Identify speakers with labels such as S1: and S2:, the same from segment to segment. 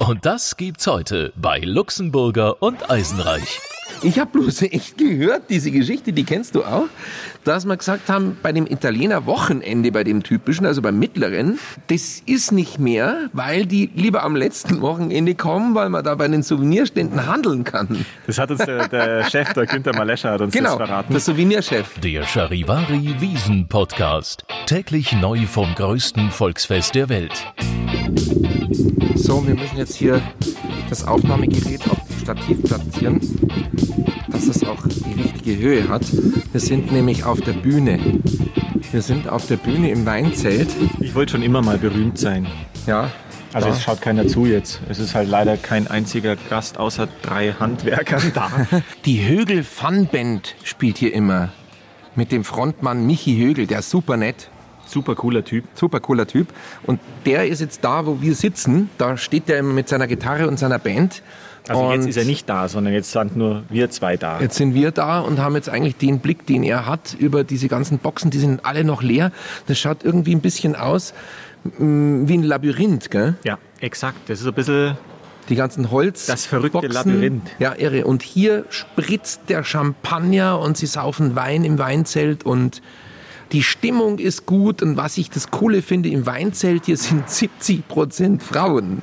S1: Und das gibt's heute bei Luxemburger und Eisenreich.
S2: Ich habe bloß echt gehört, diese Geschichte, die kennst du auch, dass wir gesagt haben, bei dem Italiener Wochenende, bei dem typischen, also beim mittleren, das ist nicht mehr, weil die lieber am letzten Wochenende kommen, weil man da bei den Souvenirständen handeln kann.
S3: Das hat uns der, der Chef, der Günther Malescher, hat uns
S2: Genau,
S3: das verraten.
S2: der Souvenirchef.
S1: Der Charivari Wiesen Podcast. Täglich neu vom größten Volksfest der Welt.
S2: So, wir müssen jetzt hier das Aufnahmegerät auf dem Stativ platzieren, dass es auch die richtige Höhe hat. Wir sind nämlich auf der Bühne. Wir sind auf der Bühne im Weinzelt.
S3: Ich wollte schon immer mal berühmt sein.
S2: Ja,
S3: Also
S2: Ja.
S3: es schaut keiner zu jetzt. Es ist halt leider kein einziger Gast außer drei Handwerkern da.
S2: Die Högel Fun Band spielt hier immer. Mit dem Frontmann Michi Högel, der ist super nett,
S3: Super cooler Typ.
S2: super cooler Typ. Und der ist jetzt da, wo wir sitzen. Da steht der immer mit seiner Gitarre und seiner Band.
S3: Also
S2: und
S3: jetzt ist er nicht da, sondern jetzt sind nur wir zwei da.
S2: Jetzt sind wir da und haben jetzt eigentlich den Blick, den er hat über diese ganzen Boxen. Die sind alle noch leer. Das schaut irgendwie ein bisschen aus mm, wie ein Labyrinth, gell?
S3: Ja, exakt. Das ist ein bisschen
S2: Die ganzen Holz.
S3: Das verrückte Labyrinth.
S2: Ja, irre. Und hier spritzt der Champagner und sie saufen Wein im Weinzelt und die Stimmung ist gut. Und was ich das Coole finde, im Weinzelt hier sind 70 Prozent Frauen.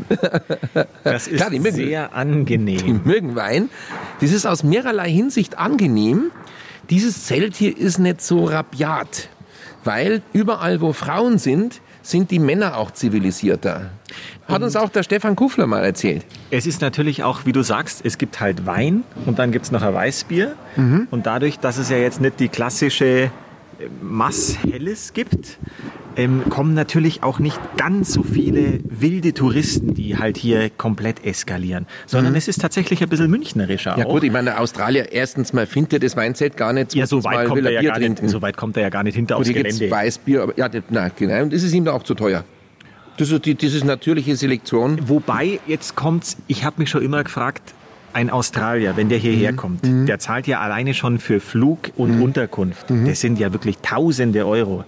S3: das ist
S2: Klar, die mögen-
S3: sehr angenehm.
S2: Die mögen Wein. Das ist aus mehrerlei Hinsicht angenehm. Dieses Zelt hier ist nicht so rabiat, weil überall, wo Frauen sind, sind die Männer auch zivilisierter. Hat uns auch der Stefan Kufler mal erzählt.
S3: Es ist natürlich auch, wie du sagst, es gibt halt Wein und dann gibt es noch ein Weißbier.
S2: Mhm.
S3: Und dadurch, dass es ja jetzt nicht die klassische äh, Mass Helles gibt, ähm, kommen natürlich auch nicht ganz so viele wilde Touristen, die halt hier komplett eskalieren. Sondern es ist tatsächlich ein bisschen münchnerischer
S2: Mhm. Ja
S3: auch.
S2: gut, ich meine, der Australier, erstens mal findet er das Weinzelt gar nicht.
S3: ja, so
S2: zweitens
S3: weit,
S2: mal
S3: kommt
S2: will
S3: er ja
S2: Bier
S3: gar
S2: trinken.
S3: nicht, so weit kommt er ja gar nicht hinter
S2: Und
S3: aufs
S2: hier gibt's
S3: Gelände.
S2: Weißbier, aber ja, das- na, genau. Und das ist ihm da auch zu teuer. Das ist die, dieses natürliche Selektion.
S3: Wobei, jetzt kommt's, ich habe mich schon immer gefragt, ein Australier, wenn der hierher
S2: Mhm.
S3: kommt, der zahlt ja alleine schon für Flug und Unterkunft.
S2: Mhm.
S3: Das sind ja wirklich tausende Euro.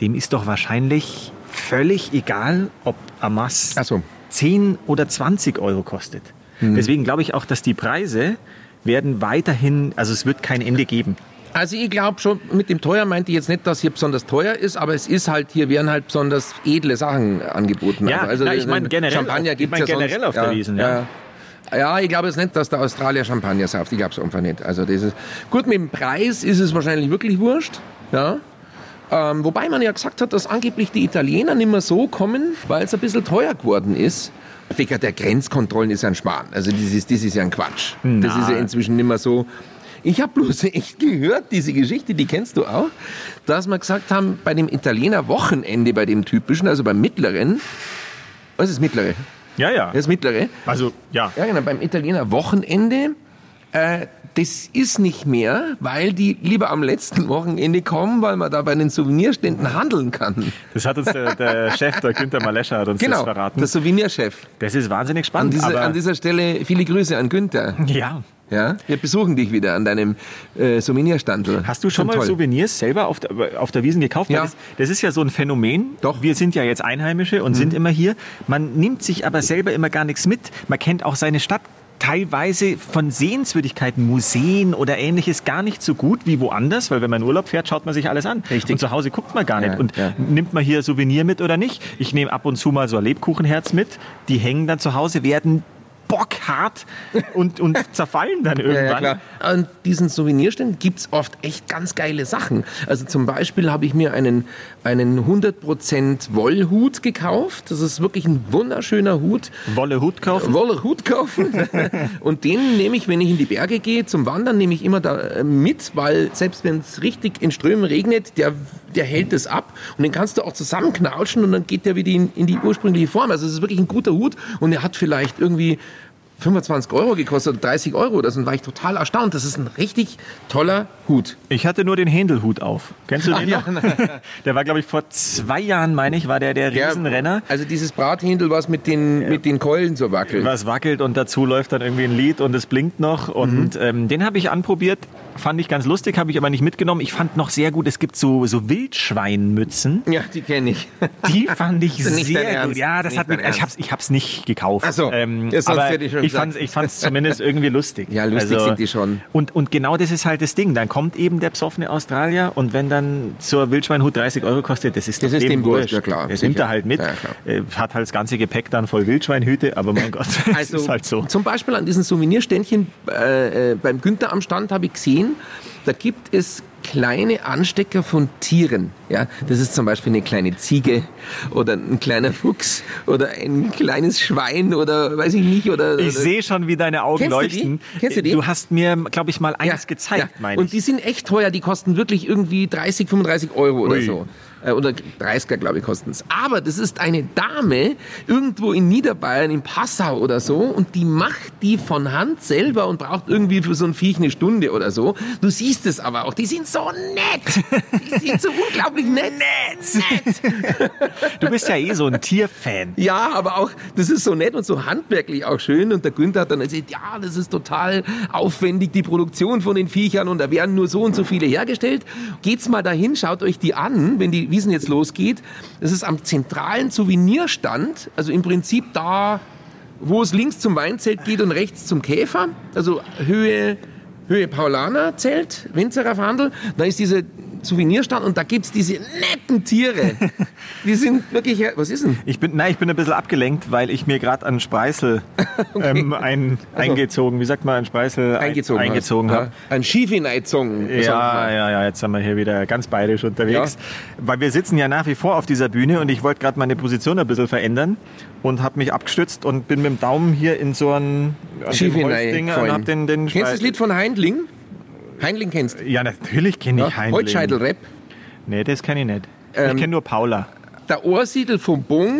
S3: Dem ist doch wahrscheinlich völlig egal, ob Amas
S2: Ach so. Mhm.
S3: 10 oder 20 Euro kostet. Deswegen glaube ich auch, dass die Preise werden weiterhin, also es wird kein Ende geben.
S2: Also ich glaube schon, mit dem teuer meinte ich jetzt nicht, dass hier besonders teuer ist, aber es ist halt, hier werden halt besonders edle Sachen angeboten.
S3: Ja,
S2: also,
S3: na, ich mein generell-
S2: Champagner
S3: ich
S2: gibt's
S3: mein
S2: ja sonst,
S3: generell auf der Wiesn, ja.
S2: ja. Ja, ich glaube jetzt nicht, dass der Australier Champagner sauft. Ich glaube es einfach nicht. Also das ist, gut, mit dem Preis ist es wahrscheinlich wirklich wurscht. Ja. Ähm, wobei man ja gesagt hat, dass angeblich die Italiener nicht mehr so kommen, weil es ein bisschen teuer geworden ist. Digga, der Grenzkontrollen ist ja ein Schmarrn. Also das ist, das ist ja ein Quatsch. Das ist ja inzwischen nicht mehr so. Ich habe bloß echt gehört, diese Geschichte, die kennst du auch, dass wir gesagt haben, bei dem Italiener Wochenende, bei dem typischen, also beim mittleren, was ist das mittlere?
S3: Ja, ja.
S2: Das mittlere,
S3: Also, ja.
S2: ja, genau, beim Italiener Wochenende, äh, das ist nicht mehr, weil die lieber am letzten Wochenende kommen, weil man da bei den Souvenirständen handeln kann.
S3: Das hat uns der, der Chef, der Günther Malescher, hat uns das
S2: Genau,
S3: verraten.
S2: der Souvenirchef.
S3: das ist wahnsinnig
S2: An
S3: spannend.
S2: dieser,
S3: aber,
S2: an dieser Stelle viele Grüße an Günther.
S3: ja.
S2: Ja, wir besuchen dich wieder an deinem äh, Souvenirstandl.
S3: Hast du schon mal
S2: Toll.
S3: Souvenirs selber auf der, auf der Wiesen gekauft? Weil
S2: Ja.
S3: Das, das ist ja so ein Phänomen.
S2: Doch. Mhm.
S3: Wir sind ja jetzt Einheimische und sind immer hier. Man nimmt sich aber selber immer gar nichts mit. Man kennt auch seine Stadt teilweise von Sehenswürdigkeiten, Museen oder ähnliches gar nicht so gut wie woanders, weil wenn man in Urlaub fährt, schaut man sich alles an.
S2: Richtig.
S3: Und zu Hause guckt man gar
S2: Ja,
S3: nicht. Und
S2: ja.
S3: nimmt man hier ein Souvenir mit oder nicht? Ich nehme ab und zu mal so ein Lebkuchenherz mit. Die hängen dann zu Hause, werden bockhart und, und zerfallen dann irgendwann.
S2: Ja, ja, klar. An diesen Souvenirständen gibt's oft echt ganz geile Sachen. Also zum Beispiel habe ich mir einen, einen 100% Wollhut gekauft. Das ist wirklich ein wunderschöner Hut.
S3: Wolle Hut kaufen.
S2: Wolle Hut kaufen. Und den nehme ich, wenn ich in die Berge gehe, zum Wandern nehme ich immer da äh, mit, weil selbst wenn es richtig in Strömen regnet, der, der hält es ab und den kannst du auch zusammenknautschen und dann geht der wieder in, in die ursprüngliche Form. Also es ist wirklich ein guter Hut und er hat vielleicht irgendwie 25 Euro gekostet, 30 Euro oder so, und war ich total erstaunt. Das ist ein richtig toller Hut.
S3: Ich hatte nur den Händelhut auf. Kennst du den
S2: ja,
S3: noch? der war, glaube ich, vor zwei Jahren, meine ich, war der der
S2: Der-
S3: Riesenrenner.
S2: Also dieses Brathändel, was mit den, mit den Keulen so wackelt.
S3: Was wackelt und dazu läuft dann irgendwie ein Lied und es blinkt noch. Und ähm, den habe ich anprobiert. fand ich ganz lustig, habe ich aber nicht mitgenommen. Ich fand noch sehr gut, es gibt so, so Wildschweinmützen.
S2: Ja, die kenne ich.
S3: Die fand ich
S2: Nicht dein
S3: sehr gut.
S2: Ernst.
S3: Ja, das
S2: Nicht
S3: hat mich,
S2: dein
S3: ich hab's, ich hab's nicht gekauft. Ähm,
S2: Ach so. Ja, sonst
S3: aber
S2: hätte ich
S3: ich,
S2: schon gesagt.
S3: fand's, ich fand's zumindest irgendwie lustig. Also,
S2: Ja, lustig sind die schon.
S3: Und, und genau das ist halt das Ding. Dann kommt eben der besoffene Australier und wenn dann zur Wildschweinhut 30 Euro kostet, das ist
S2: Das
S3: doch
S2: ist
S3: dem,
S2: dem wurscht, ja klar,
S3: Das
S2: sicher.
S3: nimmt er halt mit.
S2: Ja, klar.
S3: Äh, hat halt das ganze Gepäck dann voll Wildschweinhüte, aber mein Gott, das
S2: Also
S3: ist halt so.
S2: zum Beispiel an diesen Souvenirständchen äh, äh, beim Günther am Stand habe ich gesehen, da gibt es kleine Anstecker von Tieren. Ja, das ist zum Beispiel eine kleine Ziege oder ein kleiner Fuchs oder ein kleines Schwein oder weiß ich nicht oder.
S3: Ich
S2: oder-
S3: sehe schon, wie deine Augen
S2: also, Kennst du die?
S3: leuchten.
S2: Kennst du die?
S3: du hast mir, glaube ich, mal eins gezeigt, meine
S2: Und
S3: ich.
S2: die sind echt teuer, die kosten wirklich irgendwie 30, 35 Euro oder
S3: Ui.
S2: so. Äh, Oder 30er, glaube ich, kosten es. Aber das ist eine Dame irgendwo in Niederbayern, in Passau oder so, und die macht die von Hand selber und braucht irgendwie für so ein Viech eine Stunde oder so. Du siehst es aber auch, die sind so nett. Die sind so unglaublich nett. nett.
S3: Du bist ja eh so ein Tierfan.
S2: Ja, aber auch, das ist so nett und so handwerklich auch schön. Und der Günther hat dann erzählt, ja, das ist total aufwendig, die Produktion von den Viechern und da werden nur so und so viele hergestellt. Geht's mal dahin, schaut euch die an, wenn die Wiesen jetzt losgeht. Das ist am zentralen Souvenirstand, also im Prinzip da, wo es links zum Weinzelt geht und rechts zum Käfer, also Höhe, Höhe Paulaner Zelt, Winzerer Handel, da ist dieser Souvenirstand und da gibt's diese netten Tiere. Die sind wirklich, was ist denn?
S3: Ich bin, nein, ich bin ein bisschen abgelenkt, weil ich mir gerade einen Spreißel ähm, ein, eingezogen, wie sagt man, einen Spreißel ein-
S2: Also eingezogen,
S3: eingezogen
S2: hast.
S3: habe.
S2: Ja. Ein Schiefineizung.
S3: Ja, ja, ja, jetzt sind wir hier wieder ganz bayerisch unterwegs. Weil wir sitzen ja nach wie vor auf dieser Bühne und ich wollte gerade meine Position ein bisschen verändern und habe mich abgestützt und bin mit dem Daumen hier in so ein
S2: Schief
S3: Holzding und habe den, den
S2: Kennst du das
S3: Spreißel-
S2: Lied von Heindling? Heindling kennst du?
S3: Ja, natürlich kenne ich Heinrich.
S2: Holzscheitel-Rap.
S3: Nee, das kenne ich nicht.
S2: Ähm,
S3: ich kenne nur Paula.
S2: Der Ohrsiedel vom Bung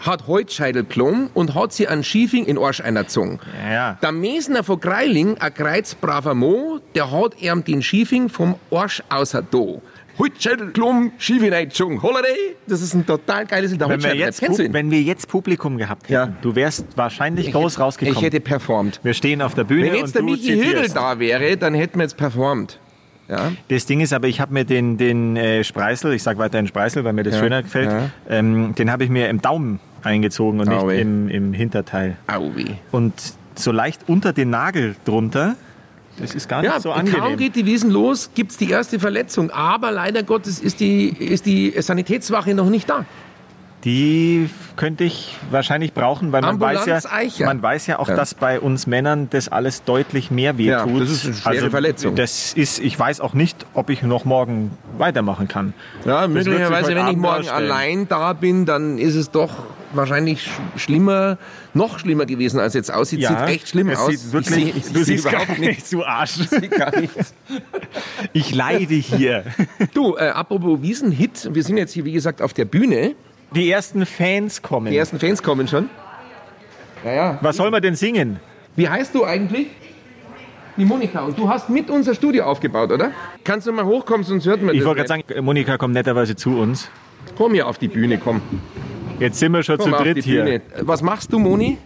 S2: hat Holzscheitel genommen und hat sie an Schiefing in Arsch einerzogen.
S3: Ja, ja.
S2: Der Mesner von Greiling, ein kreuzbraver Mo, der hat ihm den Schiefing vom Arsch außer Do. Holzscheitel genommen, Schiefineizung, hollerei. Das ist ein total geiles Lied. Der
S3: Wenn wir,
S2: Holzscheitel-Rap.
S3: jetzt,
S2: Kennst du
S3: Pub-
S2: ihn?
S3: wenn wir jetzt Publikum gehabt hätten,
S2: Ja.
S3: du wärst wahrscheinlich groß rausgekommen.
S2: Ich hätte performt.
S3: wir stehen auf der Bühne
S2: Wenn jetzt
S3: und
S2: der
S3: du
S2: Michi Högel
S3: zitierst.
S2: da wäre, dann hätten wir jetzt performt. Ja.
S3: Das Ding ist aber, ich habe mir den, den äh, Spreißel, ich sage weiterhin Spreißel, weil mir das schöner gefällt,
S2: ja.
S3: ähm, den habe ich mir im Daumen eingezogen und
S2: Au weh.
S3: nicht im, im Hinterteil.
S2: Au weh.
S3: Und so leicht unter den Nagel drunter, das ist gar nicht
S2: Ja,
S3: so
S2: kaum
S3: angenehm.
S2: geht die Wiesen los, gibt's die erste Verletzung. Aber leider Gottes ist die, ist die Sanitätswache noch nicht da.
S3: Die könnte ich wahrscheinlich brauchen, weil man weiß,
S2: Ambulanz
S3: ja,
S2: Eicher.
S3: man weiß ja auch,
S2: Ja.
S3: dass bei uns Männern das alles deutlich mehr wehtut. Also,
S2: Ja, das ist eine schwere Verletzung.
S3: Das ist, ich weiß auch nicht, ob ich noch morgen weitermachen kann.
S2: Ja,
S3: wird sich
S2: möglicherweise, wenn
S3: heute
S2: ich
S3: Abend
S2: morgen
S3: darstellen.
S2: allein da bin, dann ist es doch wahrscheinlich sch schlimmer, noch schlimmer gewesen, als jetzt aussieht. sieht echt schlimm
S3: es
S2: aus.
S3: Sieht wirklich,
S2: ich seh, ich
S3: du
S2: seh
S3: siehst gar nichts, du Arsch.
S2: Ich seh gar nichts.
S3: Ich leide hier.
S2: Du, äh, apropos Wiesen-Hit, wir sind jetzt hier, wie gesagt, auf der Bühne.
S3: Die ersten Fans kommen.
S2: Die ersten Fans kommen schon. Naja,
S3: Was soll man denn singen?
S2: Wie heißt du eigentlich? Die Monika. Und du hast mit unser Studio aufgebaut, oder? Kannst du mal hochkommen, sonst hört man
S3: Ich
S2: das
S3: wollte
S2: nicht.
S3: gerade sagen, Monika kommt netterweise zu uns.
S2: Komm hier auf die Bühne, komm.
S3: Jetzt sind wir schon
S2: Komm
S3: zu
S2: auf
S3: dritt
S2: die
S3: hier.
S2: Bühne. Was machst du, Moni?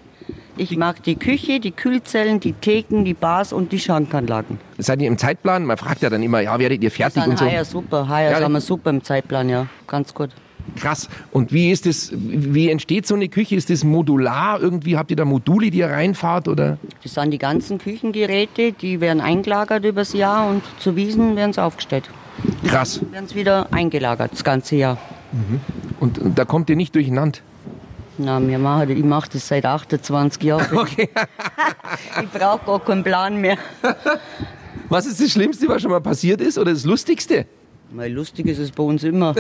S4: Ich mag die Küche, die Kühlzellen, die Theken, die Bars und die Schankanlagen.
S2: Seid ihr im Zeitplan? Man fragt ja dann immer, ja, werdet ihr
S4: Das
S2: fertig
S4: sind
S2: und so.
S4: Haier super. Haier
S2: Ja,
S4: sind
S2: ne?
S4: wir super im Zeitplan, ja. Ganz gut.
S2: Krass. Und wie ist das, wie entsteht so eine Küche? Ist das modular irgendwie? Habt ihr da Module, die ihr reinfahrt oder?
S4: Das sind die ganzen Küchengeräte, die werden eingelagert übers Jahr und zu Wiesen werden sie aufgestellt.
S2: Krass.
S4: Werden sie wieder eingelagert, das ganze Jahr.
S2: Und, und da kommt ihr nicht durcheinander.
S4: Na, wir machen, ich mache das seit 28 Jahren.
S2: Okay.
S4: Ich brauche gar keinen Plan mehr.
S2: Was ist das Schlimmste, was schon mal passiert ist oder das Lustigste?
S4: Mal lustig ist es bei uns immer.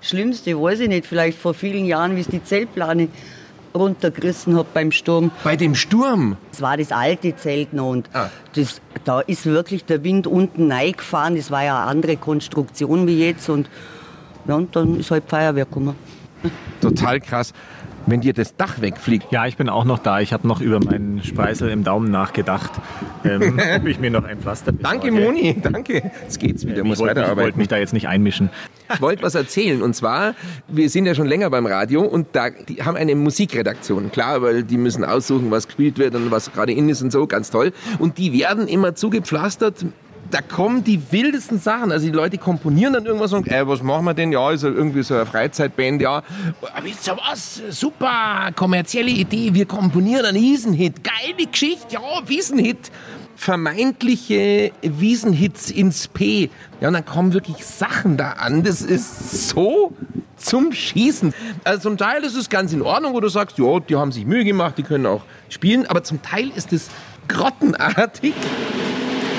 S4: Schlimmste weiß ich nicht, vielleicht vor vielen Jahren, wie es die Zeltplane runtergerissen hat beim Sturm.
S2: Bei dem Sturm.
S4: Es war das alte Zelt noch und
S2: Ah.
S4: das, da ist wirklich der Wind unten reingefahren. Das war ja eine andere Konstruktion wie jetzt und, ja, und dann ist halt Feuerwehr gekommen.
S2: Total krass. wenn dir das Dach wegfliegt.
S3: Ja, ich bin auch noch da. Ich habe noch über meinen Speisel im Daumen nachgedacht, ähm, ob ich mir noch ein Pflaster
S2: Danke,
S3: besorge. Ähm,
S2: Moni, danke. Jetzt geht's wieder,
S3: Ich
S2: muss
S3: wollte mich, wollt
S2: weiterarbeiten.
S3: mich da jetzt nicht einmischen.
S2: Ich wollte was erzählen und zwar, wir sind ja schon länger beim Radio und da die haben eine Musikredaktion, klar, weil die müssen aussuchen, was gespielt wird und was gerade in ist und so, ganz toll. Und die werden immer zugepflastert. Da kommen die wildesten Sachen. Also die Leute komponieren dann irgendwas und äh, was machen wir denn? Ja, ist ja irgendwie so eine Freizeitband, ja. Aber wisst ihr was? Super kommerzielle Idee. Wir komponieren einen Riesenhit. Geile Geschichte, ja, Wiesenhit vermeintliche Wiesenhits ins P. Ja, und dann kommen wirklich Sachen da an. Das ist so zum Schießen. Also zum Teil ist es ganz in Ordnung, wo du sagst, ja, die haben sich Mühe gemacht, die können auch spielen. Aber zum Teil ist es grottenartig.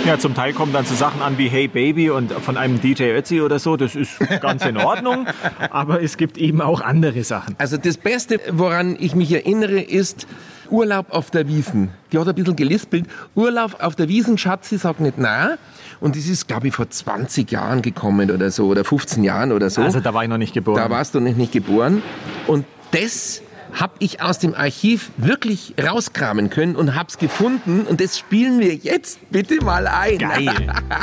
S3: Ja, zum Teil kommen dann so Sachen an wie Hey Baby und von einem DJ Ötzi oder so. Das ist ganz in Ordnung. aber es gibt eben auch andere Sachen.
S2: Also das Beste, woran ich mich erinnere, ist Urlaub auf der Wiesen. Die hat ein bisschen gelispelt. Urlaub auf der Wiesen, Schatz, sie sagt nicht na. Und das ist, glaube ich, vor 20 Jahren gekommen oder so, oder 15 Jahren oder so.
S3: Also da war ich noch nicht geboren.
S2: Da warst du noch nicht geboren. Und das habe ich aus dem Archiv wirklich rauskramen können und hab's gefunden. Und das spielen wir jetzt bitte mal ein.
S3: Geil.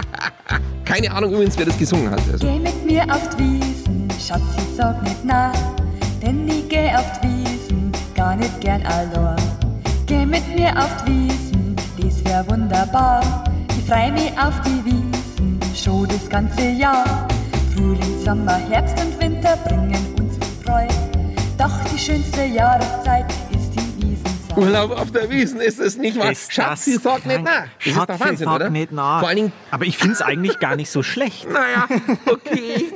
S2: Keine Ahnung übrigens, wer das gesungen hat. Also.
S5: Geh mit mir auf die Wiesen, Schatz, ich sag nicht na, denn ich geh auf die Wiesen gar nicht gern allein. Geh mit mir auf die Wiesen, dies wär wunderbar. Ich freu mich auf die Wiesen schon das ganze Jahr. Frühling, Sommer, Herbst und Winter bringen uns viel Freude. Doch die schönste Jahreszeit ist die Wiesenzeit.
S2: Urlaub auf der Wiesen ist es nicht wahr?
S3: Ist
S2: Schatz,
S3: das
S2: sie sagt nicht
S3: krank.
S2: nach. Das ist
S3: Schatz,
S2: doch
S3: sie
S2: Wahnsinn,
S3: sagt
S2: oder?
S3: Nicht nach.
S2: Vor allen Dingen,
S3: Aber ich finde es eigentlich gar nicht so schlecht.
S2: naja, okay.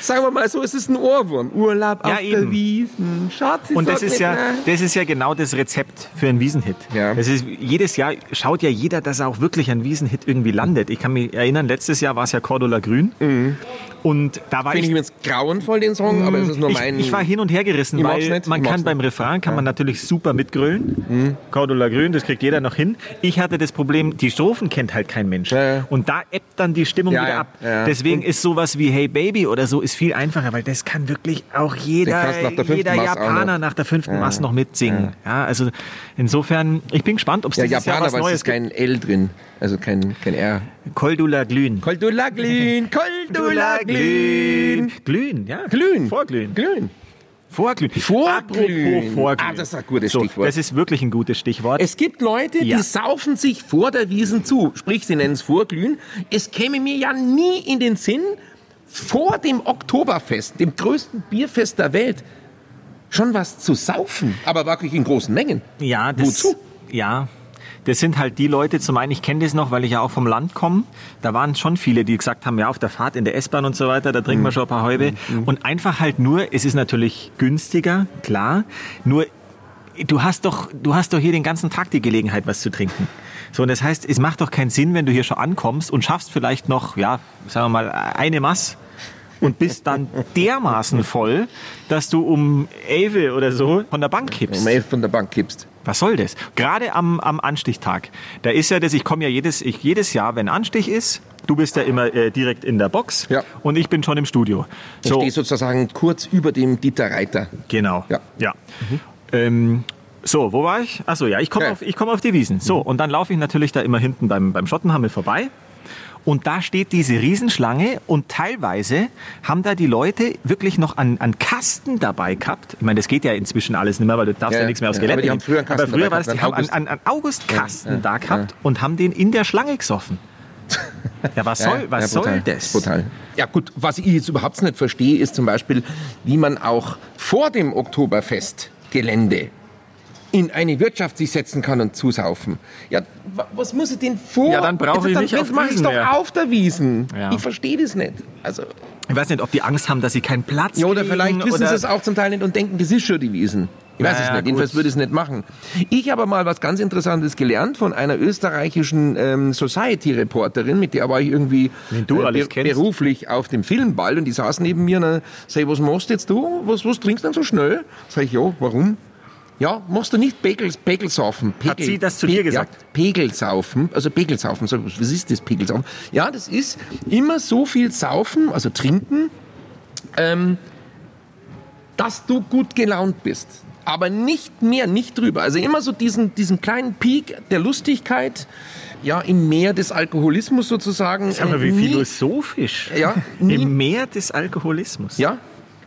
S2: Sagen wir mal so, es ist ein Ohrwurm. Urlaub
S3: Ja,
S2: auf der
S3: eben.
S2: Wiesen. Schatz, sie
S3: Und das
S2: sagt
S3: ist
S2: nicht
S3: ja,
S2: nach.
S3: das ist ja genau das Rezept für einen Wiesenhit.
S2: Ja.
S3: Das ist, jedes Jahr schaut ja jeder, dass er auch wirklich ein Wiesenhit irgendwie landet. Ich kann mich erinnern, letztes Jahr war es ja Cordula Grün. Und da
S2: Mhm.
S3: war
S2: Finde ich
S3: ich,
S2: übrigens grauenvoll, den Song, aber es ist nur
S3: ich,
S2: mein...
S3: ich war hin und her gerissen,
S2: Ich mag's
S3: weil
S2: nicht,
S3: man
S2: ich mag's
S3: kann beim
S2: nicht.
S3: Refrain kann man natürlich super mitgrölen.
S2: Mhm.
S3: Cordula Grün, das kriegt jeder noch hin. Ich hatte das Problem, die Strophen kennt halt kein Mensch.
S2: Ja, ja.
S3: Und da ebbt dann die Stimmung
S2: Ja,
S3: wieder
S2: ja,
S3: ab.
S2: ja, ja.
S3: Deswegen ist sowas wie Hey Baby oder so ist viel einfacher, weil das kann wirklich auch jeder,
S2: kannst nach der fünften
S3: jeder
S2: Maß auch
S3: Japaner
S2: noch.
S3: nach der fünften Mass noch mitsingen. Ja. also insofern, ich bin gespannt, ob es
S2: ja,
S3: dieses Jahr
S2: Japaner,
S3: was
S2: weil es
S3: Neues
S2: ist kein L drin, also kein, kein R.
S3: gibt. Cordula Grün.
S2: Koldulaglün, Koldulaglün.
S3: Glühen, ja.
S2: Glühen.
S3: Vorglühen.
S2: Glühen.
S3: Vorglühen.
S2: Vorglühen.
S3: Apropos Vorglühen.
S2: Ah, das ist ein gutes
S3: so,
S2: Stichwort.
S3: Das ist wirklich ein gutes Stichwort.
S2: Es gibt Leute,
S3: Ja.
S2: die saufen sich vor der Wiesen zu. Sprich, sie nennen es Vorglühen. Es käme mir ja nie in den Sinn, vor dem Oktoberfest, dem größten Bierfest der Welt, schon was zu saufen. Aber wirklich in großen Mengen.
S3: ja, das,
S2: Wozu?
S3: Ja, das sind halt die Leute, zum einen, ich kenne das noch, weil ich ja auch vom Land komme. Da waren schon viele, die gesagt haben, ja, auf der Fahrt in der S-Bahn und so weiter, da trinken wir schon ein paar Häube. Und einfach halt nur, es ist natürlich günstiger, klar, nur du hast doch, du hast doch hier den ganzen Tag die Gelegenheit, was zu trinken. So, und das heißt, es macht doch keinen Sinn, wenn du hier schon ankommst und schaffst vielleicht noch, ja, sagen wir mal, eine Maß und bist dann dermaßen voll, dass du um 11 oder so von der Bank kippst.
S2: Wenn man von der Bank kippst.
S3: Was soll das? Gerade am, am Anstichtag. Da ist ja das, ich komme ja jedes, ich, jedes Jahr, wenn Anstich ist, du bist ja immer äh, direkt in der Box
S2: Ja.
S3: und ich bin schon im Studio.
S2: Ich
S3: So,
S2: stehe sozusagen kurz über dem Dieter Reiter.
S3: genau.
S2: Ja.
S3: ja. Ähm, so, wo war ich? Achso, ja, ich komme
S2: Ja. Mhm.
S3: auf, ich komm auf die Wiesen. So, und dann laufe ich natürlich da immer hinten beim, beim Schottenhammel vorbei. Und da steht diese Riesenschlange und teilweise haben da die Leute wirklich noch an, an Kasten dabei gehabt. Ich meine, das geht ja inzwischen alles nicht mehr, weil du darfst
S2: Ja,
S3: ja,
S2: ja,
S3: nichts mehr aufs
S2: ja, aber
S3: Gelände.
S2: die haben
S3: nehmen.
S2: früher einen Kasten
S3: aber früher
S2: dabei
S3: war das, die
S2: gehabt,
S3: haben
S2: einen
S3: an, an, an Augustkasten
S2: Ja, ja,
S3: da gehabt und haben den in der Schlange gesoffen. Ja, was soll,
S2: Ja,
S3: was
S2: ja, brutal,
S3: soll das?
S2: Brutal. Ja gut, was ich jetzt überhaupt nicht verstehe, ist zum Beispiel, wie man auch vor dem Oktoberfestgelände in eine Wirtschaft sich setzen kann und zusaufen. Ja, wa- was muss ich denn vor? Also
S3: Ja, dann brauche ich
S2: dann
S3: nicht auf
S2: mache ich
S3: Wiesen
S2: doch
S3: mehr.
S2: auf der Wiesen.
S3: Ja.
S2: Ich verstehe das nicht. Also,
S3: Ich weiß nicht, ob die Angst haben, dass sie keinen Platz
S2: ja, oder
S3: kriegen
S2: vielleicht wissen
S3: oder-
S2: sie es auch zum Teil nicht und denken, das ist schon die Wiesen. Ich weiß es
S3: Naja,
S2: nicht, jedenfalls
S3: gut.
S2: würde ich es nicht machen. Ich habe mal was ganz Interessantes gelernt von einer österreichischen ähm, Society-Reporterin, mit der war ich irgendwie
S3: Wenn du alles
S2: be-
S3: kennst.
S2: beruflich auf dem Filmball und die saß neben mir und dann, sag ich, was machst jetzt du? Was, was trinkst du denn so schnell? Sag ich, ja, warum? Ja, machst du nicht Pegel, Pegelsaufen? Pegel,
S3: Hat sie das zu dir
S2: Pe-
S3: gesagt?
S2: Ja, Pegelsaufen, also Pegelsaufen, sag ich, was ist das Pegelsaufen? Ja, das ist immer so viel saufen, also trinken, ähm, dass du gut gelaunt bist. aber nicht mehr, nicht drüber. Also immer so diesen, diesen kleinen Peak der Lustigkeit, ja, im Meer des Alkoholismus sozusagen.
S3: Sag mal,
S2: äh,
S3: wie
S2: nie-
S3: philosophisch.
S2: Ja, nie-
S3: Im Meer des Alkoholismus.
S2: Ja,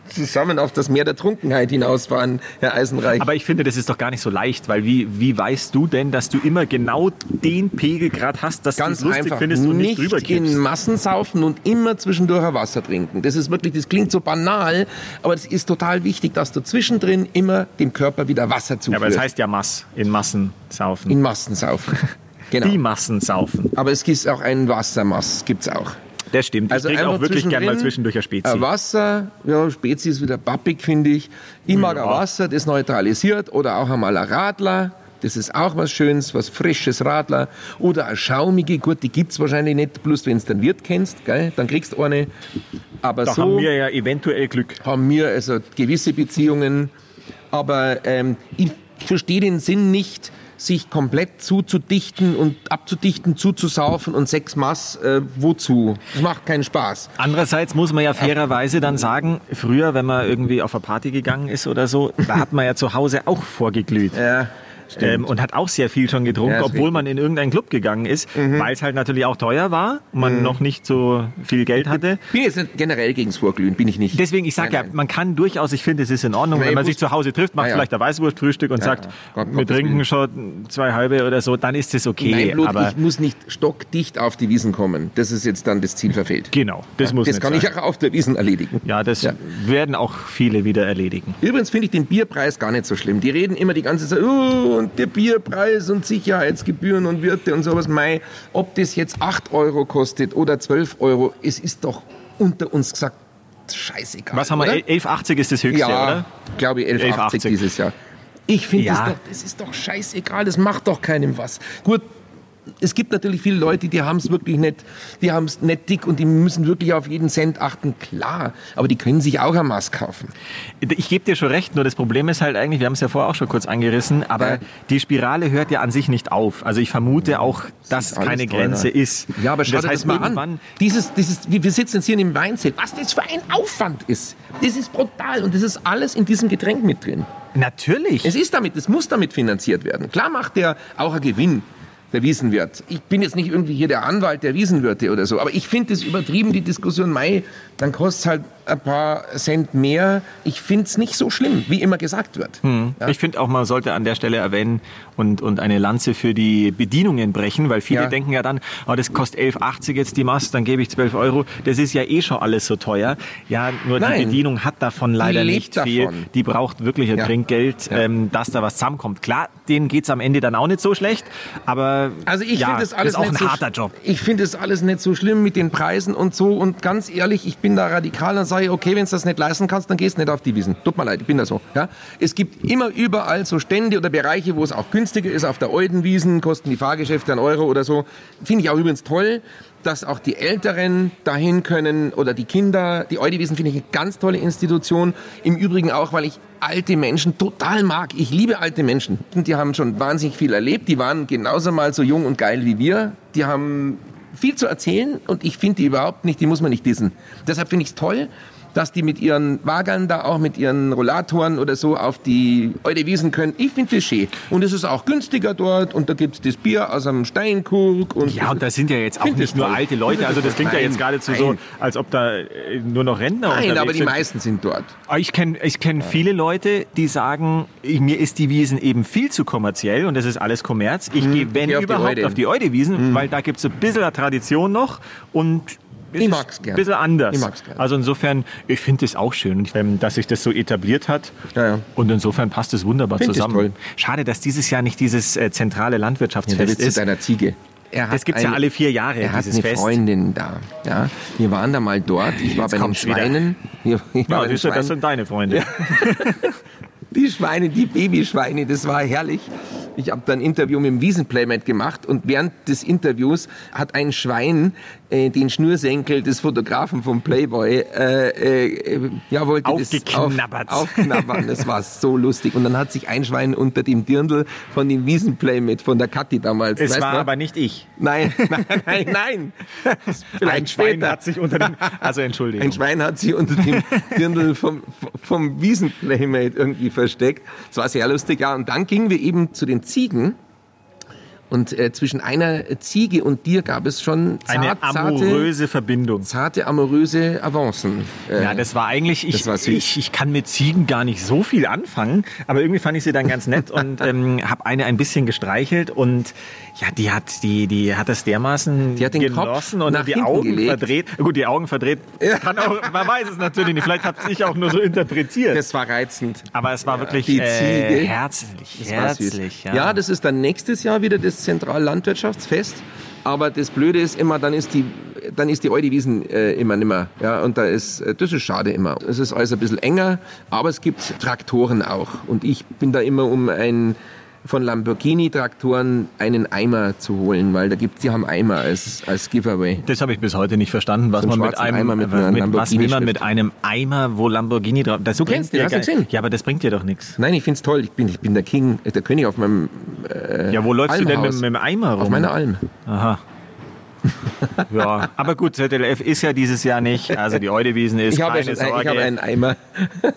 S2: zusammen auf das Meer der Trunkenheit hinausfahren, Herr Eisenreich.
S3: Aber ich finde, das ist doch gar nicht so leicht, weil wie, wie weißt du denn, dass du immer genau den Pegel gerade hast, dass du es
S2: Ganz
S3: lustig
S2: einfach,
S3: findest und nicht, drüber
S2: in
S3: kippst?
S2: Massen saufen und immer zwischendurch ein Wasser trinken. Das ist wirklich, das klingt so banal, aber es ist total wichtig, dass du zwischendrin immer dem Körper wieder Wasser
S3: Ja,
S2: zuführst.
S3: aber es heißt ja Mass, in Massen saufen.
S2: in Massen saufen. Genau.
S3: Die Massen saufen.
S2: Aber es gibt auch einen Wassermass, gibt's auch.
S3: Das stimmt. Ich also trinke
S2: einfach
S3: auch wirklich gerne mal
S2: zwischendrin äh,
S3: zwischendurch ein Spezi.
S2: Ein Wasser, ja, Spezi ist wieder pappig, finde ich. Ich mag
S3: Ja.
S2: ein Wasser, das neutralisiert. Oder auch einmal ein Radler. Das ist auch was Schönes, was Frisches Radler. Oder eine schaumige, gut, die gibt's wahrscheinlich nicht. Bloß wenn es den Wirt kennst, gell, dann kriegst du eine. Aber
S3: Da
S2: so
S3: haben wir ja eventuell Glück.
S2: haben wir also gewisse Beziehungen. Aber ähm, ich verstehe den Sinn nicht, sich komplett zuzudichten und abzudichten, zuzusaufen und sechs Maß, äh, wozu? Das macht keinen Spaß.
S3: Andererseits muss man ja fairerweise dann sagen, früher, wenn man irgendwie auf eine Party gegangen ist oder so, da hat man ja zu Hause auch vorgeglüht.
S2: Ja,
S3: Ähm, und hat auch sehr viel schon getrunken,
S2: Ja, ist
S3: obwohl
S2: richtig. Mhm.
S3: man in irgendeinen Club gegangen ist, weil es halt natürlich auch teuer war und man noch nicht so viel Geld hatte.
S2: Bin jetzt nicht generell gegens Vorglühen, bin ich nicht.
S3: Deswegen, ich sage
S2: Nein,
S3: ja,
S2: nein.
S3: man kann durchaus, ich finde, es ist in Ordnung,
S2: Ja,
S3: wenn
S2: ich
S3: man sich
S2: wusste-
S3: zu Hause trifft, macht
S2: Ja, ja.
S3: vielleicht ein Weißwurstfrühstück und
S2: Ja,
S3: sagt,
S2: ja. Gott,
S3: wir
S2: Gottes
S3: trinken
S2: Willen.
S3: schon zwei halbe oder so, dann ist das okay.
S2: Nein, bloß,
S3: aber
S2: ich muss nicht stockdicht auf die Wiesen kommen. Das ist jetzt dann das Ziel verfehlt.
S3: genau, das muss
S2: das
S3: nicht
S2: kann
S3: sein.
S2: ich auch auf der Wiesen erledigen.
S3: ja, das
S2: Ja.
S3: werden auch viele wieder erledigen.
S2: Übrigens finde ich den Bierpreis gar nicht so schlimm. Die reden immer die ganze Zeit, oh, und der Bierpreis und Sicherheitsgebühren und Wirte und sowas. Mei, ob das jetzt 8 Euro kostet oder 12 Euro, es ist doch unter uns gesagt scheißegal.
S3: Was haben wir? eh
S2: oder?
S3: 11,80 ist das höchste,
S2: Ja,
S3: oder?
S2: glaube ich, 11,80
S3: 11,80.
S2: dieses Jahr. Ich finde,
S3: Ja.
S2: das, doch- das ist doch scheißegal, das macht doch keinem was. Gut, es gibt natürlich viele Leute, die haben es wirklich nicht, die haben es nicht dick und die müssen wirklich auf jeden Cent achten, klar. Aber die können sich auch ein Maß kaufen.
S3: Ich gebe dir schon recht, nur das Problem ist halt eigentlich, wir haben es ja vorher auch schon kurz angerissen, aber
S2: Ja.
S3: die Spirale hört ja an sich nicht auf. Also ich vermute auch, dass
S2: ist
S3: es
S2: alles
S3: keine
S2: teurer.
S3: Grenze ist.
S2: Ja, aber
S3: Und
S2: schau
S3: das
S2: dir
S3: heißt,
S2: das mal
S3: irgendwann-
S2: an. Dieses, dieses, wir wir sitzen jetzt hier in dem Weinzelt. Was das für ein Aufwand ist. Das ist brutal und das ist alles in diesem Getränk mit drin.
S3: Natürlich.
S2: Es ist damit, es muss damit finanziert werden. Klar macht der auch einen Gewinn, der Wiesenwirt. Ich bin jetzt nicht irgendwie hier der Anwalt der Wiesenwirte oder so, aber ich finde es übertrieben, die Diskussion, mei, dann kostet es halt ein paar Cent mehr. Ich finde es nicht so schlimm, wie immer gesagt wird.
S3: Hm. Ich finde auch, man sollte an der Stelle erwähnen und, und eine Lanze für die Bedienungen brechen, weil viele
S2: Ja.
S3: denken ja dann, oh, das kostet 11,80 jetzt die Mast, dann gebe ich 12 Euro. Das ist ja eh schon alles so teuer. Ja, nur die
S2: Nein.
S3: Bedienung hat davon leider
S2: lebt
S3: nicht viel.
S2: davon.
S3: Die braucht wirklich ein
S2: Ja.
S3: Trinkgeld, Ähm, dass da was zusammenkommt. Klar, denen geht es am Ende dann auch nicht so schlecht, aber
S2: Also ich
S3: ja,
S2: finde das alles
S3: ist auch
S2: nicht
S3: ein
S2: so
S3: harter
S2: sch-
S3: Job.
S2: Ich finde das alles nicht so schlimm mit den Preisen und so und ganz ehrlich, ich bin da radikal und sage, okay, wenn du das nicht leisten kannst, dann gehst du nicht auf die Wiesen. Tut mir leid, ich bin da so. Ja? Es gibt immer überall so Stände oder Bereiche, wo es auch günstiger ist. Auf der alten Wiesen kosten die Fahrgeschäfte einen Euro oder so. Finde ich auch übrigens toll, dass auch die Älteren dahin können oder die Kinder. Die Alte Wiesen finde ich eine ganz tolle Institution. Im Übrigen auch, weil ich alte Menschen total mag. Ich liebe alte Menschen. Und Die haben schon wahnsinnig viel erlebt. Die waren genauso mal so jung und geil wie wir. Die haben viel zu erzählen und ich finde die überhaupt nicht, die muss man nicht dissen. Deshalb finde ich es toll, dass die mit ihren Wagern da auch mit ihren Rollatoren oder so auf die Eude Wiesen können. Ich finde das schön. Und es ist auch günstiger dort und da gibt es das Bier aus einem Steinkrug. Und
S3: Ja, und da sind ja jetzt auch
S2: Find
S3: nicht
S2: das
S3: nur
S2: toll.
S3: alte Leute.
S2: Find das
S3: Also das
S2: toll.
S3: klingt ja
S2: Nein,
S3: jetzt geradezu so,
S2: nein.
S3: als ob da äh, nur noch Rentner
S2: Nein,
S3: unterwegs
S2: aber die
S3: sind.
S2: meisten sind dort.
S3: Aber Ah, Ich kenne ich kenn viele Leute, die sagen, ich- mir ist die Wiesen eben viel zu kommerziell und das ist alles Kommerz. Ich gehe, wenn
S2: Hm. geh auf die Hm.
S3: überhaupt,
S2: Eude.
S3: auf die Eude-Wiesen, weil da gibt es ein bisschen eine Tradition noch und es
S2: Ich
S3: ist
S2: mag's gern.
S3: ein bisschen anders.
S2: Ich mag's gern.
S3: Also insofern, ich finde es auch schön, ähm, dass sich das so etabliert hat.
S2: Ja, ja.
S3: Und insofern passt es wunderbar
S2: Find ich
S3: zusammen.
S2: toll.
S3: Schade, dass dieses Jahr nicht dieses äh, zentrale
S2: Der
S3: Landwirtschaftsfest
S2: Witz zu
S3: ist.
S2: deiner Ziege. Er hat
S3: Das gibt es ja
S2: eine-
S3: alle vier Jahre,
S2: Er hat
S3: dieses
S2: eine
S3: Fest.
S2: Freundin da. Ja, wir waren da mal dort. Ich war bei den
S3: kommt's wieder.
S2: Schweinen. Ich war
S3: Ja,
S2: bei den
S3: siehst du, Genau, das
S2: Schweinen.
S3: sind deine Freunde.
S2: Die Schweine, die Babyschweine, das war herrlich. Ich habe da ein Interview mit dem Wiesenplaymate gemacht und während des Interviews hat ein Schwein äh, den Schnürsenkel des Fotografen vom Playboy äh, äh, ja, wollte Das
S3: Aufgeknabbert.
S2: auf, aufknabbern. Das war so lustig. Und dann hat sich ein Schwein unter dem Dirndl von dem Wiesenplaymate, von der Kathi damals.
S3: Es
S2: weißt
S3: war
S2: du?
S3: aber nicht ich.
S2: Nein, nein, nein, nein. Vielleicht
S3: Ein Schwein
S2: später.
S3: hat sich unter dem. Also Entschuldigung.
S2: Ein Schwein hat sie unter dem Dirndl vom, vom Wiesenplaymate irgendwie versteckt. Das war sehr lustig, ja. Und dann gingen wir eben zu den Ziegen. Und äh, zwischen einer Ziege und dir gab es schon
S3: Eine
S2: zart, zarte,
S3: amoröse Verbindung.
S2: zarte, amoröse Avancen. Äh,
S3: Ja, das war eigentlich, ich,
S2: das war süß.
S3: ich, ich kann mit Ziegen gar nicht so viel anfangen, aber irgendwie fand ich sie dann ganz nett und ähm, habe eine ein bisschen gestreichelt und ja, die hat, die, die hat das dermaßen
S2: Die hat den Kopf
S3: genossen und
S2: nach
S3: die
S2: hinten
S3: Augen
S2: gelegt.
S3: verdreht. Gut, die Augen verdreht, kann auch, man weiß es natürlich nicht, vielleicht habe ich auch nur so interpretiert.
S2: das war reizend.
S3: aber es war wirklich
S2: die
S3: äh,
S2: Ziege.
S3: herzlich,
S2: Das war süß.
S3: herzlich.
S2: Ja. das ist dann nächstes Jahr wieder das Zentrallandwirtschaftsfest. Aber das Blöde ist immer, dann ist die, dann ist die alte Wiesen äh, immer nimmer. Ja, und da ist, äh, das ist schade immer. Es ist alles ein bisschen enger, aber es gibt Traktoren auch. Und ich bin da immer um einen von Lamborghini-Traktoren einen Eimer zu holen, weil da gibt's, die haben Eimer als, als Giveaway.
S3: Das habe ich bis heute nicht verstanden, was
S2: So einen
S3: man mit
S2: schwarzen
S3: einem,
S2: Eimer mit einer
S3: was will man mit
S2: Lamborghini-Schrift.
S3: einem Eimer, wo Lamborghini drauf, das du
S2: kennst den, hast du gesehen?
S3: Ja, aber das bringt dir doch nichts.
S2: Nein, ich find's toll. Ich bin, ich bin der King, äh, der König auf meinem, äh,
S3: Ja, wo läufst du denn mit,
S2: Almhaus.
S3: mit dem Eimer rum?
S2: auf meiner Alm.
S3: Aha. ja, aber gut, ZLF ist ja dieses Jahr nicht. Also die Eudewiesen ist
S2: Ich habe ja
S3: keine
S2: schon, ein- ich
S3: Sorge.
S2: habe einen Eimer.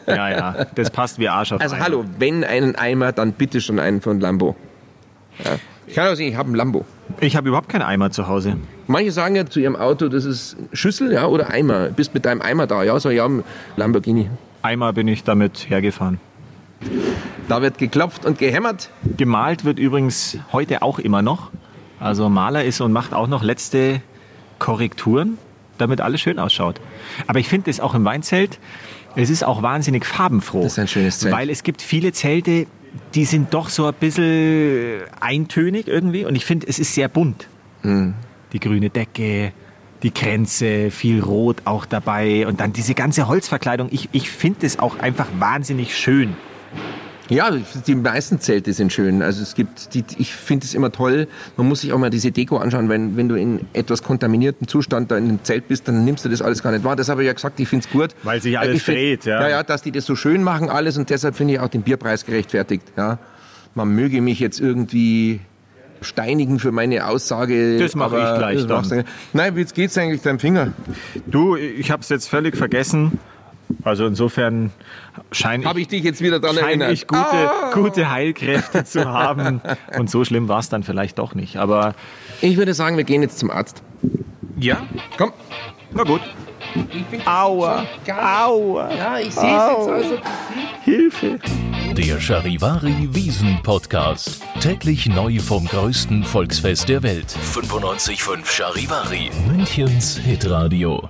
S3: ja, ja, das passt wie Arsch auf
S2: Also
S3: einen.
S2: hallo, wenn einen Eimer, dann bitte schon einen von Lambo. Ja. Ich kann auch sagen, ich habe einen Lambo.
S3: Ich habe überhaupt keinen Eimer zu Hause.
S2: Manche sagen ja zu ihrem Auto, das ist Schüssel ja, oder Eimer. Bist mit deinem Eimer da? Ja, so ja, ein Lamborghini.
S3: Eimer bin ich damit hergefahren.
S2: Da wird geklopft und gehämmert.
S3: Gemalt wird übrigens heute auch immer noch. Also Maler ist und macht auch noch letzte Korrekturen, damit alles schön ausschaut. Aber ich finde es auch im Weinzelt, es ist auch wahnsinnig farbenfroh.
S2: Das ist ein schönes Zelt.
S3: Weil es gibt viele Zelte, die sind doch so ein bisschen eintönig irgendwie und ich finde, es ist sehr bunt.
S2: Hm.
S3: Die grüne Decke, die Kränze, viel Rot auch dabei und dann diese ganze Holzverkleidung. Ich, ich finde es auch einfach wahnsinnig schön.
S2: Ja, die meisten Zelte sind schön. Also es gibt, die, ich finde es immer toll. Man muss sich auch mal diese Deko anschauen, wenn, wenn du in etwas kontaminierten Zustand da in einem Zelt bist, dann nimmst du das alles gar nicht wahr. Das habe ich ja gesagt, ich finde es gut.
S3: Weil sich alles
S2: Ich find-
S3: dreht, ja.
S2: Ja, ja, dass die das so schön machen alles und deshalb finde ich auch den Bierpreis gerechtfertigt. Ja. Man möge mich jetzt irgendwie steinigen für meine Aussage.
S3: Das mache
S2: aber-
S3: ich gleich
S2: das machst du
S3: dann.
S2: nicht. Nein, wie geht's eigentlich deinem Finger?
S3: Du, ich habe es jetzt völlig vergessen. Also insofern scheine
S2: Habe
S3: ich, Ah.
S2: ich dich jetzt wieder dran
S3: scheine
S2: erinnert?
S3: ich gute, gute Heilkräfte zu haben. Und so schlimm war es dann vielleicht doch nicht. Aber
S2: Ich würde sagen, wir gehen jetzt zum Arzt.
S3: ja,
S2: Komm.
S3: na gut. Aua, aua,
S2: Ja, ich sehe es jetzt also.
S3: Hilfe.
S1: Der Charivari Wiesen Podcast. Täglich neu vom größten Volksfest der Welt. 95.5 Charivari. Münchens Hitradio.